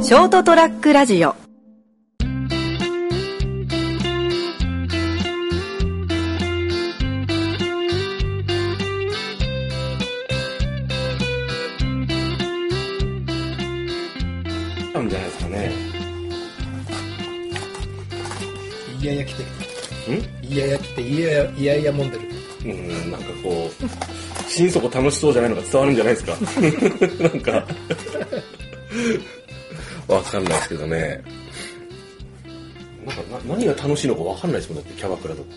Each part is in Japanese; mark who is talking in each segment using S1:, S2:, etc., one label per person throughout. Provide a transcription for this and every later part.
S1: ショートトラックラジオ
S2: なんじゃないですかね。
S3: いやいや来てる。いやいや来て、いやいや、いやいやもんでる。
S2: んうん、なんかこう、心底楽しそうじゃないのが伝わるんじゃないですか。 なんか、わかんないですけどね。なんかな何が楽しいのかわかんないですもん、だってキャバクラとか。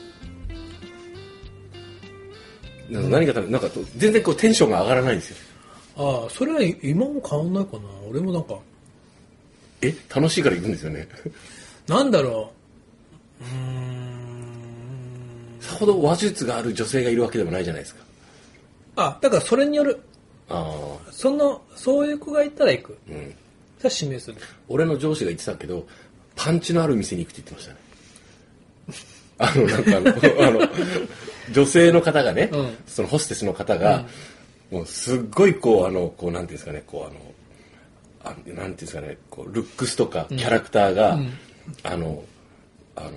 S2: なんか何が楽なんか全然こうテンションが上がらないんですよ。
S3: ああ、それは今も変わんないかな。俺もなんか、
S2: え楽しいから行くんですよね。
S3: なんだろう。うーん。
S2: さほど話術がある女性がいるわけでもないじゃないですか。
S3: あ、だからそれによる、
S2: ああ、
S3: その、そういう子がいたら行く。
S2: うん。
S3: じゃあ指名する。
S2: 俺の上司が言ってたけどパンチのある店に行くって言ってましたね あのなんかあのあの女性の方がね、
S3: うん
S2: そのホステスの方が、もうすっごいこうあのこうなんていうんですかねこうあのあのなんていうんですかねこうルックスとかキャラクターが、あのあの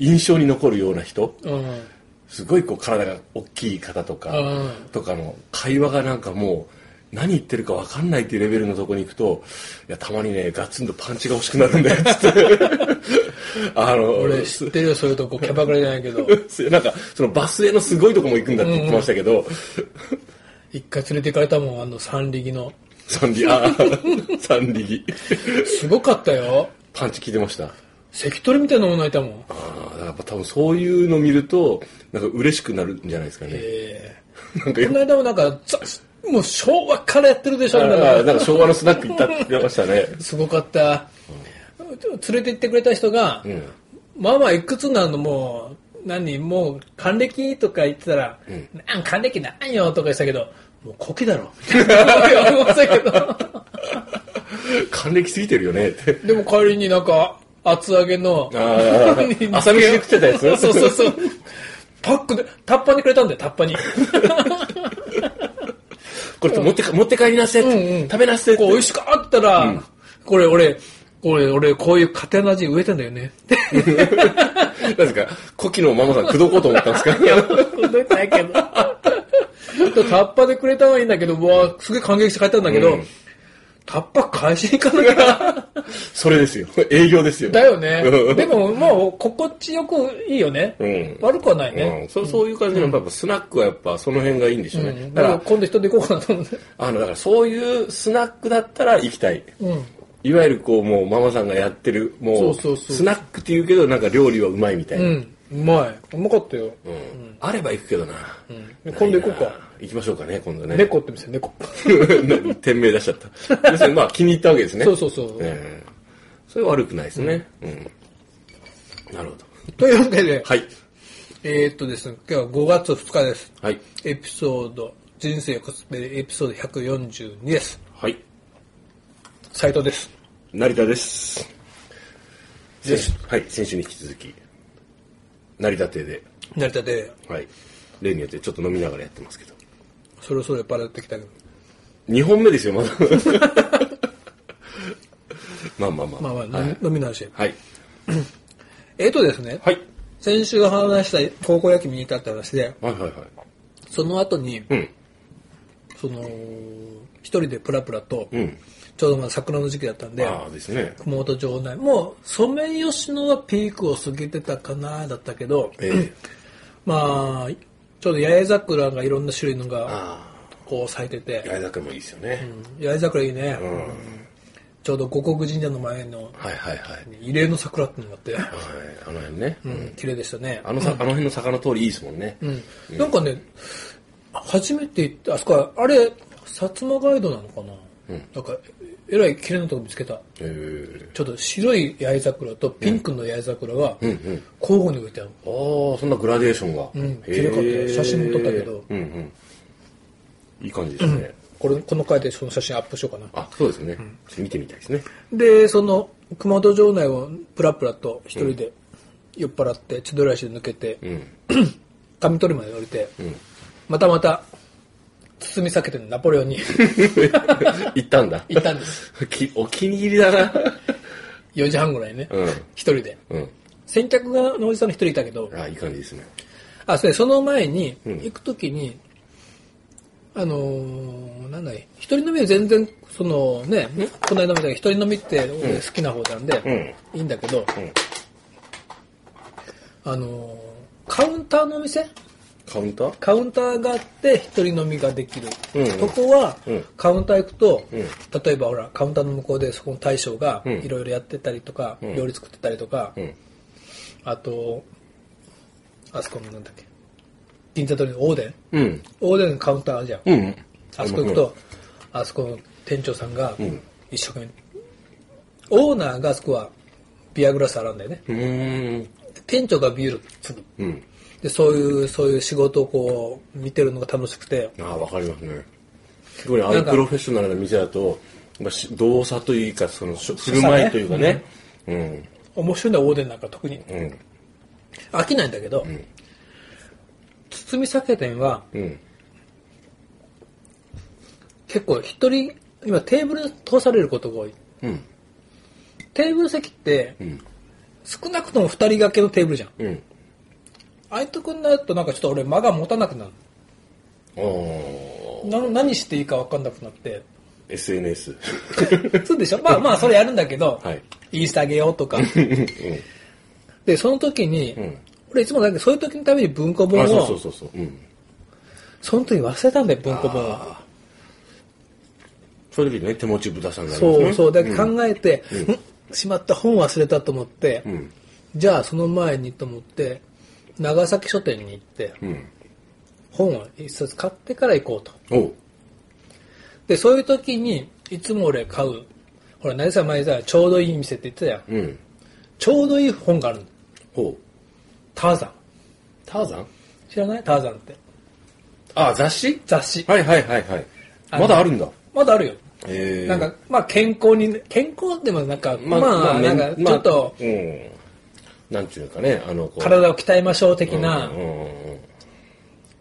S2: 印象に残るような人
S3: うん。
S2: すごいこう体が大きい方とか、
S3: うん
S2: とかの会話がなんかもう何言ってるか分かんないっていうレベルのとこに行くといやたまにねガツンとパンチが欲しくなるんだ よつってあの
S3: 俺知ってるよ、そういうとこ。キャバクラじゃないけど。
S2: なんかそのバスへのすごいとこも行くんだって言ってましたけど、
S3: 一回連れて行かれたもん、あの三力の。
S2: 三里 あー三力
S3: すごかったよ。
S2: パンチ効いてました
S3: 関取みたいなもん泣いたもん。
S2: あーやっぱ多分そういうの見るとなんか嬉しくなるんじゃないですかね
S3: え
S2: なんか
S3: えこの間もなんか、ざもう昭和からやってるでしょ、
S2: あ
S3: みんな
S2: ーなんか昭和のスナック行ったって言ってましたね
S3: すごかった、連れて行ってくれた人が、
S2: うん
S3: まあまあいくつになるのもう何もう還暦とか言ってたら「なん還暦なんよ」とか言ってたけど「もうコキだ ろ」みたいな言われましたけど
S2: 還暦すぎてるよねって
S3: でも帰りになんか厚揚げの
S2: あ ー朝飯で食ってたやつ
S3: そうそうそうパックでタッパにくれたんだよタッパに
S2: これと持ってか持って帰りなさいって、
S3: うんうん
S2: 食べなさいって
S3: こう美味しかったら、これ俺これ俺こういう家庭の味植えてんだよねって
S2: なんですか古希のママさん口説こうと思ったんですか
S3: くどいないけど。タッパでくれたはいいんだけど、うわすげえ感激して帰ったんだけど、
S2: うん
S3: タッパ返しに行かなきゃ。
S2: それですよ営業ですよ
S3: だよね。
S2: うん
S3: でも、まあ、心地よくいいよね。
S2: うん
S3: 悪くはないね。
S2: うん、そうそういう感じの、やっぱスナックはやっぱその辺がいいんでしょうね、
S3: だ
S2: だ
S3: か
S2: からら
S3: 今度人で行こうかなと思って。
S2: あのだからそういうスナックだったら行きたい、
S3: うん。
S2: いわゆるこうもうママさんがやってるもう
S3: そうそうそう
S2: スナックっていうけどなんか料理はうまいみたいな、
S3: う
S2: うん
S3: ん。うまい。うまかったよ。
S2: あれば行くけどな、
S3: うん今度行こうか
S2: ないな行きましょうかね今度ね
S3: 猫って店、猫。
S2: 店名出しちゃった。要するにまあ気に入ったわけですね。
S3: そうそうそう
S2: ええそれは悪くないですね。うん。なるほど。
S3: というわけで、
S2: はい。
S3: えーっとですね、今日は5月2日です。
S2: はい。
S3: エピソード、人生をコスプレエピソード142です。
S2: はい。
S3: 斉藤です。
S2: 成田です。先週、はい。先週に引き続き、成田亭で、
S3: 成田で、
S2: はい。例によってちょっと飲みながらやってますけど。
S3: そろそろ酔っ払ってきたけど。
S2: 2本目ですよ、ま だ。まあまあまあ。
S3: まあまあ、
S2: はい。
S3: 飲みの話。
S2: はい。
S3: えっ、とですね、
S2: はい。
S3: 先週話した高校野球見に行ったって話で、
S2: はいはいはい。
S3: その後に、
S2: うん。
S3: その、一人でプラプラと、
S2: うん。
S3: ちょうどまだ桜の時期だったんで、
S2: ああですね。
S3: 熊本城内、もうソメイヨシノはピークを過ぎてたかな、だったけど、
S2: ええ。
S3: まあ、ちょうど八重桜がいろんな種類のが、
S2: あ
S3: こう咲いて
S2: あ。
S3: て、
S2: 八重坂もいいですよね。
S3: 八重桜いいね、
S2: うん
S3: ちょうど五国神社の前の
S2: はいはいはい。はい、
S3: 異例の桜ってのがあって、
S2: あの辺ね。
S3: うん綺麗でしたね。
S2: あのさ、あの辺の坂の通りいいですもんね。
S3: うん、なんかね、初めて行った、あそこは、あれ、薩摩ガイドなのかな、なんか、ええらい綺麗なとこ見つけた。
S2: へえ
S3: ちょっと白い八重桜とピンクの八重桜が
S2: んうん
S3: 交互に置いてある。
S2: ああ、そんなグラデーションが。うん
S3: 綺麗かったよ写真も撮ったけど
S2: うんうん。いい感じですね。
S3: これ、この回でその写真アップしようかな。
S2: あ、そうですね。ちょっと見てみたいですね。
S3: で、その、熊本城内をプラプラと一人で酔っ払って、千 鳥足で抜けて、
S2: うん。
S3: 上取まで降りて、またまた、包み避けてナポレオ ンに
S2: 行ったんだ。
S3: 行ったんです。
S2: きお気に入りだな。
S3: 4時半ぐらいにね
S2: うん、
S3: 一、人で。
S2: うん。
S3: 先客がのおじさんの一人いたけど、
S2: あ、いい感じですね。
S3: あ、それその前に、
S2: うん
S3: 行くときに、あのーなんだい、一人飲みは全然、そのね、この間みたいに一人飲みって俺好きな方なんで、いいんだけど、
S2: ん
S3: あのーカウンターのお店
S2: カウンター
S3: カウンターがあって一人飲みができる、
S2: うんうん
S3: とこは、
S2: うん
S3: カウンター行くと、
S2: うん
S3: 例えばほらカウンターの向こうでそこの大将が
S2: うん
S3: いろいろやってたりとか、
S2: ん
S3: 料理作ってたりとか、
S2: うん。
S3: あとあそこのなんだっけ銀座通りのオーデン
S2: うん。
S3: オーデンのカウンターあるじゃん、
S2: うん。
S3: あそこ行くと、あそこの店長さんが
S2: ん
S3: 一生懸命、オーナーがあそこはビアグラス洗うんだよね
S2: うーん。
S3: 店長がビール継ぐ
S2: うん。
S3: でそういうそういう仕事をこう見てるのが楽しくて
S2: ああ、わかりますね。すごい、ああいうプロフェッショナルな店だと、まあ、し動作というか、その、しょ振る舞いというかね。うん。
S3: 面白いのはオーデンなんか特に
S2: うん。
S3: 飽きないんだけど、包み酒店は
S2: うん。
S3: 結構一人今テーブルに通されることが多い
S2: うん。
S3: テーブル席って、
S2: ん
S3: 少なくとも二人掛けのテーブルじゃん
S2: うん。
S3: ああいうとこになるとなんかちょっと俺間が持たなくなる
S2: ああ、
S3: な何していいか分かんなくなって
S2: SNS。
S3: そうでしょまあまあそれやるんだけど、
S2: はい
S3: インスタあげよ うとかでその時に、
S2: ん
S3: 俺いつもなんかそういう時のために文庫本
S2: あ、
S3: を
S2: そうそうそうそう。うん。
S3: その時忘れたんだよ文庫本を
S2: ああ。そういう時ね、手持ち豚さんがあります
S3: そ
S2: ね。
S3: うそうだけ
S2: ん
S3: ど考えて、んしまった本忘れたと思って、
S2: ん
S3: じゃあその前にと思って長崎書店に行って
S2: うん。
S3: 本を一冊買ってから行こうと
S2: おう。
S3: でそういう時にいつも俺買うほら成さん前さちょうどいい店って言ってたやん
S2: うん。
S3: ちょうどいい本があるの
S2: ほう。
S3: ターザン
S2: ターザン
S3: 知らないターザンって
S2: あ、雑誌
S3: 雑誌
S2: はいはいはいはい。
S3: あの
S2: まだあるんだ。
S3: まだあるよ
S2: え
S3: なんか、まあ健康に、健康でもなんか、まあ、なんか、ちょっと、
S2: まあうん。なんていうかね、あの、こう
S3: 体を鍛えましょう的な
S2: うん、うん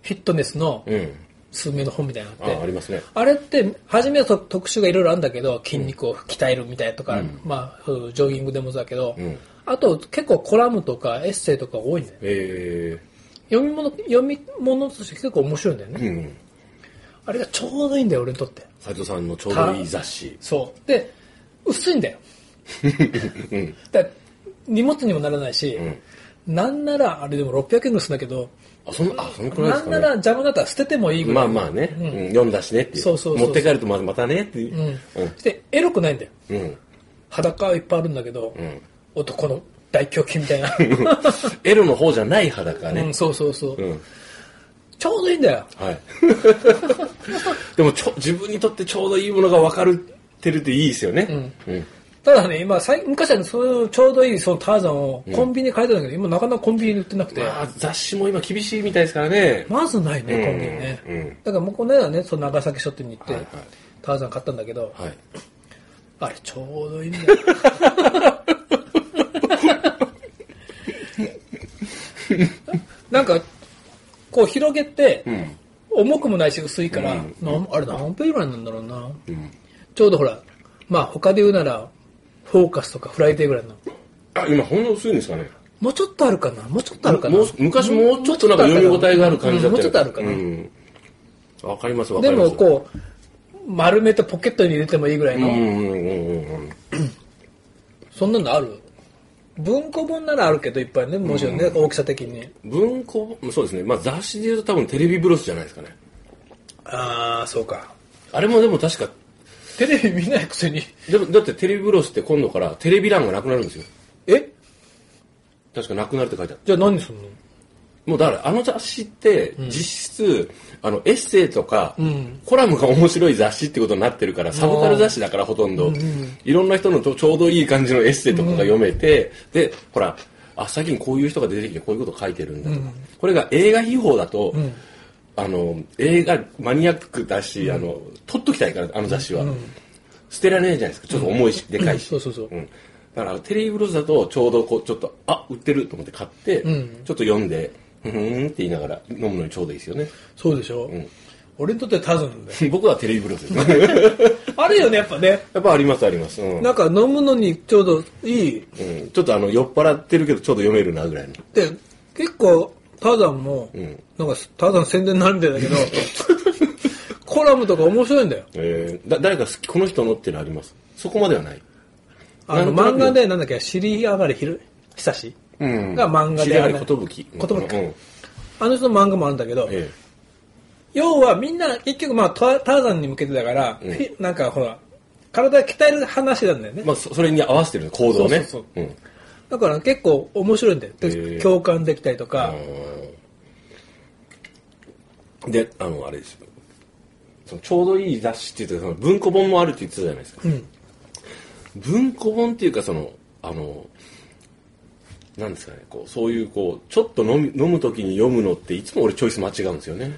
S3: フィットネスの
S2: うんうん。うん。
S3: 数名の本みたいなのがあって
S2: あ、ありますね。
S3: あれって、初めはと特集がいろいろあるんだけど、筋肉を鍛えるみたいなとか、まあ、そうジョギングでもそうだけど、
S2: うん
S3: あと結構コラムとかエッセイとか多いんだよね。
S2: え
S3: 読み物、読み物として結構面白いんだよね。
S2: え。うん。
S3: あれがちょうどいいんだよ、俺にとって。
S2: 斉藤さんのちょうどいい雑誌。
S3: そう。で、薄いんだよ。だから荷物にもならないし、なんなら、あれでも600円ぐらいするんだけど、
S2: あ、そんあ、そのくらいです
S3: なん
S2: か
S3: な
S2: ね。
S3: ら邪魔だったら捨ててもいいぐら
S2: まあ
S3: い。
S2: まあね、うん読んだしねっていう。
S3: そうそうそう。。
S2: 持って帰るとままたねっていううん
S3: そして、エロくないんだよ。
S2: うん。うん。
S3: 裸はいっぱいあるんだけど、
S2: ん
S3: 男の大胸筋みたいな。
S2: エロの方じゃない裸
S3: う
S2: ね
S3: ん、。そうそうそう、
S2: うん。
S3: ちょうどいいんだよ。
S2: はい。 でもちょ、自分にとってちょうどいいものが分かるってるっていいですよね。うん。
S3: ただね、今、最昔はねそういうちょうどいいそのターザンをコンビニで買えたんだけど、今なかなかコンビニで売ってなくて、
S2: まあ、雑誌も今厳しいみたいですからね。
S3: まずないね、
S2: うん
S3: コンビニね。
S2: うん
S3: だからもうこの間ね、その長崎書店に行って、
S2: はいはい
S3: ターザン買ったんだけど、
S2: はい。
S3: あれちょうどいいんだよ。なんか、こう広げて、重くもないし薄いから、なんあれ何ページぐらいなんだろうな。ちょうどほら、まあ他で言うなら、フォーカスとかフライデーぐらいの。
S2: あ、今ほんの薄いんですかね。
S3: もうちょっとあるかなもうちょっとあるかな
S2: もう昔もうちょっとなんか読み応えがある感じだったよね
S3: うんもうちょっとあるかな。
S2: うん。わかりますわか
S3: で
S2: ります。
S3: もこう、丸めてポケットに入れてもいいぐらいうの、
S2: んうんうんうん
S3: そんなのある文庫本ならあるけどいっぱいね、もちろんね、大きさ的に。
S2: うん。文庫、そうですね。まあ雑誌で言うと多分テレビブロスじゃないですかね。
S3: ああ、そうか。
S2: あれもでも確か、
S3: テレビ見ないくせに。
S2: でもだってテレビブロスって今度からテレビ欄がなくなるんですよ。
S3: え
S2: 確かなくなるって書いてある。
S3: じゃあ何すんの
S2: もうだからあの雑誌って実質、あのエッセイとか、コラムが面白い雑誌ってことになってるからサブカル雑誌だからほとんど、いろんな人のちょちょうどいい感じのエッセイとかが読めて、でほらあ最近こういう人が出てきてこういうこと書いてるんだとか、これが映画秘宝だと、あの映画マニアックだし、あの撮っときたいからあの雑誌は、捨てられないじゃないですかちょっと重いし、でかいし、
S3: そうそうそう。
S2: うん、だからテレビブロスだとちょうどこうちょっとあ売ってると思って買って、ちょっと読んでふーんって言いながら飲むのにちょうどいいですよね
S3: そうでしょ、俺にとってはタズンだよ。
S2: 僕はテレビブロスですね
S3: あるよね、やっぱね。
S2: やっぱありますあります、うん
S3: なんか飲むのにちょうどいい。
S2: うんちょっとあの酔っ払ってるけどちょっと読めるなぐらいの
S3: で、結構、タザンも、
S2: ん
S3: なんかタザン宣伝になるみたいだけ ど、コラムとか面白いんだよ。
S2: えーだ誰か好きこの人のっていうのありますそこまではない
S3: あの、
S2: なんとなく
S3: 漫画で、なんだっけ、尻上がりひる、久し。
S2: うん
S3: が漫画
S2: 知
S3: で
S2: り合
S3: あ
S2: い
S3: の
S2: ことぶき
S3: ことぶきか
S2: うん
S3: あの人の漫画もあるんだけど、
S2: え
S3: 要はみんな結局まあタターザンに向けてだから、フィなんかほら体鍛える話なんだよね、
S2: えまあそそれに合わせてる行動ね
S3: そうそう
S2: うん
S3: だから結構面白いんだよで
S2: へえ
S3: 共感できたりとか、
S2: であのあれですよそのちょうどいい雑誌って言ってたその文庫本もあるって言ってたじゃないですか、
S3: ん
S2: 文庫本っていうかそのあのなんですかねこうそういうこうちょっと飲み飲む時に読むのっていつも俺チョイス間違うんですよ ね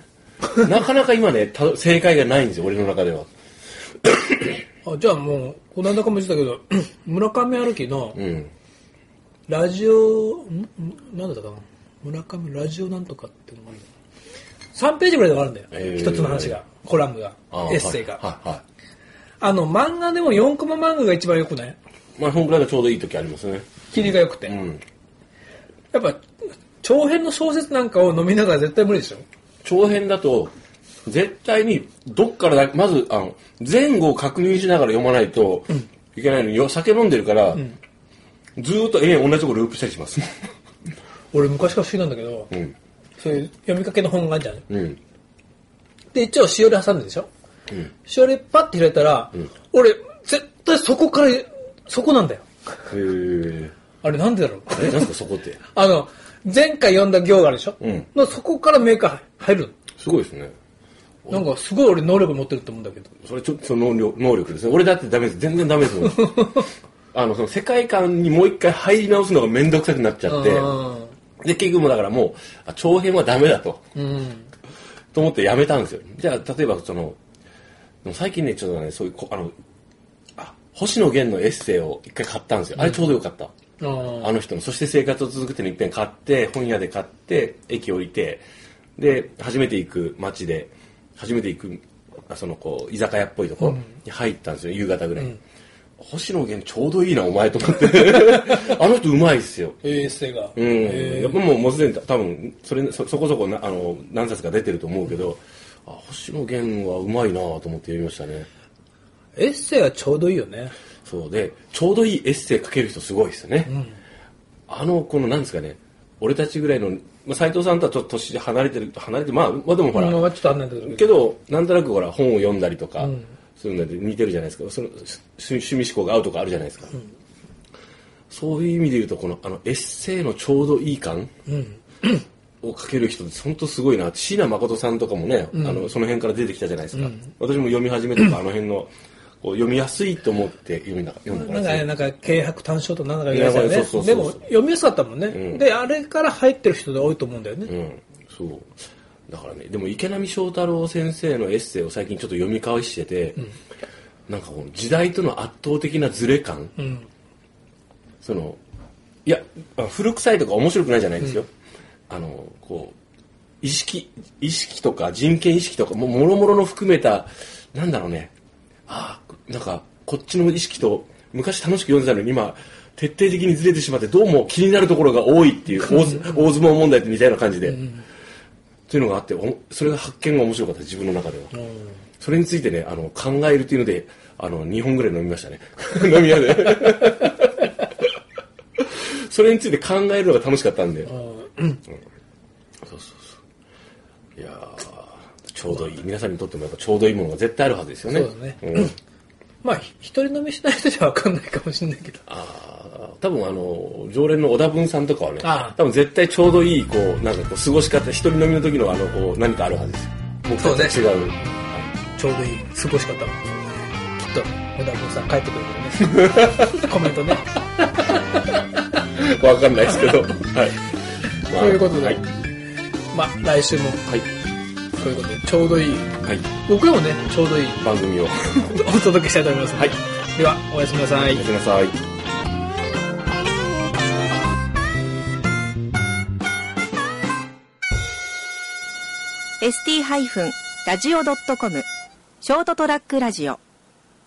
S2: なかなか今ねた正解がないんですよ俺の中では
S3: あじゃあもうこの間かも言ってたけど 村上春樹の
S2: うん
S3: ラジオ、んんなんだったかな村上ラジオなんとかっていうのがあるんだよ3ページぐらいで終わるんだよ、
S2: へえ
S3: 一つの話がコラムが
S2: あー
S3: エッセイが、
S2: はいはい、は
S3: あの漫画でも4コマ漫画が一番よくない
S2: い、まあ本ぐらいがちょうどいい時ありますね
S3: 切りがよくて、
S2: うん
S3: やっぱ長編の小説なんかを飲みながら絶対無理でしょ
S2: 長編だと絶対にどっからだまずあの前後を確認しながら読まないといけないのに、よ酒飲んでるから、ずーっと永遠同じとこループしたりし ます、
S3: 俺昔から不思議なんだけど、
S2: ん
S3: そういう読みかけの本があるじゃん
S2: うん、
S3: で一応しおり挟んでるでしょ、しおりパッて開いたら、俺絶対そこからそこなんだよ
S2: へ
S3: あれなんでだろう
S2: え何すかそこって
S3: あの前回読んだ行があるでしょ、
S2: うん
S3: のそこからメーカー入る
S2: すごいですね
S3: のなんかすごい俺能力持ってると思うんだけど
S2: それちょっと能力能力ですね俺だってダメです全然ダメです もんあのその世界観にもう一回入り直すのが面倒くさくなっちゃって
S3: うん
S2: で結局もうだからもうあ長編はダメだと
S3: うん
S2: と思ってやめたんですよじゃあ例えばそのでも最近ねちょっとねそういうこあのあ星野源のエッセイを一回買ったんですよあれちょうどよかった、
S3: あ
S2: あの人の「そして生活を続く」っていうのを一遍買って本屋で買って駅降りてで初めて行く街で初めて行くあそのこう居酒屋っぽいとこに入ったんですよ、夕方ぐらいに、星野源ちょうどいいなお前と思って あの人うまいっすよ
S3: ええ性が、
S2: うん、やっぱもうもうすでに多分それそそこそこなあの何冊か出てると思うけど、あ星野源はうまいなぁと思って読みましたね
S3: エッセイはちょうどいいよね
S2: そうでちょうどいいエッセイ書ける人すごいですよね、あのこのなんですかね俺たちぐらいの斎、まあ、斉藤さんとはちょっと年離れてる離れてまあ、まあ、でもほら、
S3: うんまあちょっとあんなんだけど
S2: けどなんとなくほら本を読んだりとか、そういうので似てるじゃないですかその趣趣味思考が合うとかあるじゃないですか、そういう意味で言うとこのあのエッセイのちょうどいい感、をかける人って本当すごいなって椎名誠さんとかもね、あのその辺から出てきたじゃないですか、私も読み始めたからあの辺のこう読みやすいと思って読みな読んだか
S3: な
S2: らで
S3: んか
S2: すね
S3: ね、なんか、軽薄短小となんだか言われた
S2: いや
S3: よ
S2: そう
S3: ね。
S2: そ
S3: で
S2: うそう
S3: も
S2: そう、
S3: 読みやすかったもんね。で、あれから入ってる人で多いと思うんだよね。
S2: うん、そうだからねでも池波正太郎先生のエッセイを最近ちょっと読み返してて、なんかこの時代との圧倒的なズレ感、
S3: ん
S2: そのいやあ古臭いとか面白くないじゃないんですよ、あのこう意識意識とか人権意識とかももろもろの含めたなんだろうねああなんかこっちの意識と昔楽しく読んでたのに今徹底的にずれてしまってどうも気になるところが多いっていう大相大相撲問題みたいな感じで、というのがあっておそれが発見が面白かった自分の中では、それについてねあの考えるというのであの2本ぐらい飲みましたね 飲み屋で それについて考えるのが楽しかったんで、うんそうそうそういやーちょうどいい皆さんにとってもやっぱちょうどいいものが絶対あるはずですよね
S3: そうだね
S2: うん
S3: まあ、ひ一人飲みしない人じゃわかんないかもしれないけど。
S2: あー多分あの常連の小田文さんとかはね
S3: あー
S2: 多分絶対ちょうどいいこうなんかこう過ごし方一人飲みの時のあのこう何かあるはずですよ僕たちと違う
S3: ちょうどいい過ごし方。きっと、小田君さん帰ってくれるよ ね。コメントね。
S2: わかんないですけ どはい、まあ
S3: ということで、
S2: はい
S3: まあ、来週も、
S2: はい、
S3: そういうことで、ちょうどいい。
S2: はい、
S3: 僕らもね、ちょうどいい。
S2: 番組をお
S3: お届けしたいと思います。
S2: はい。
S3: では、おやすみなさい
S2: や。すみなさい
S1: ー ST- ラジオ .com ショートトラックラジオ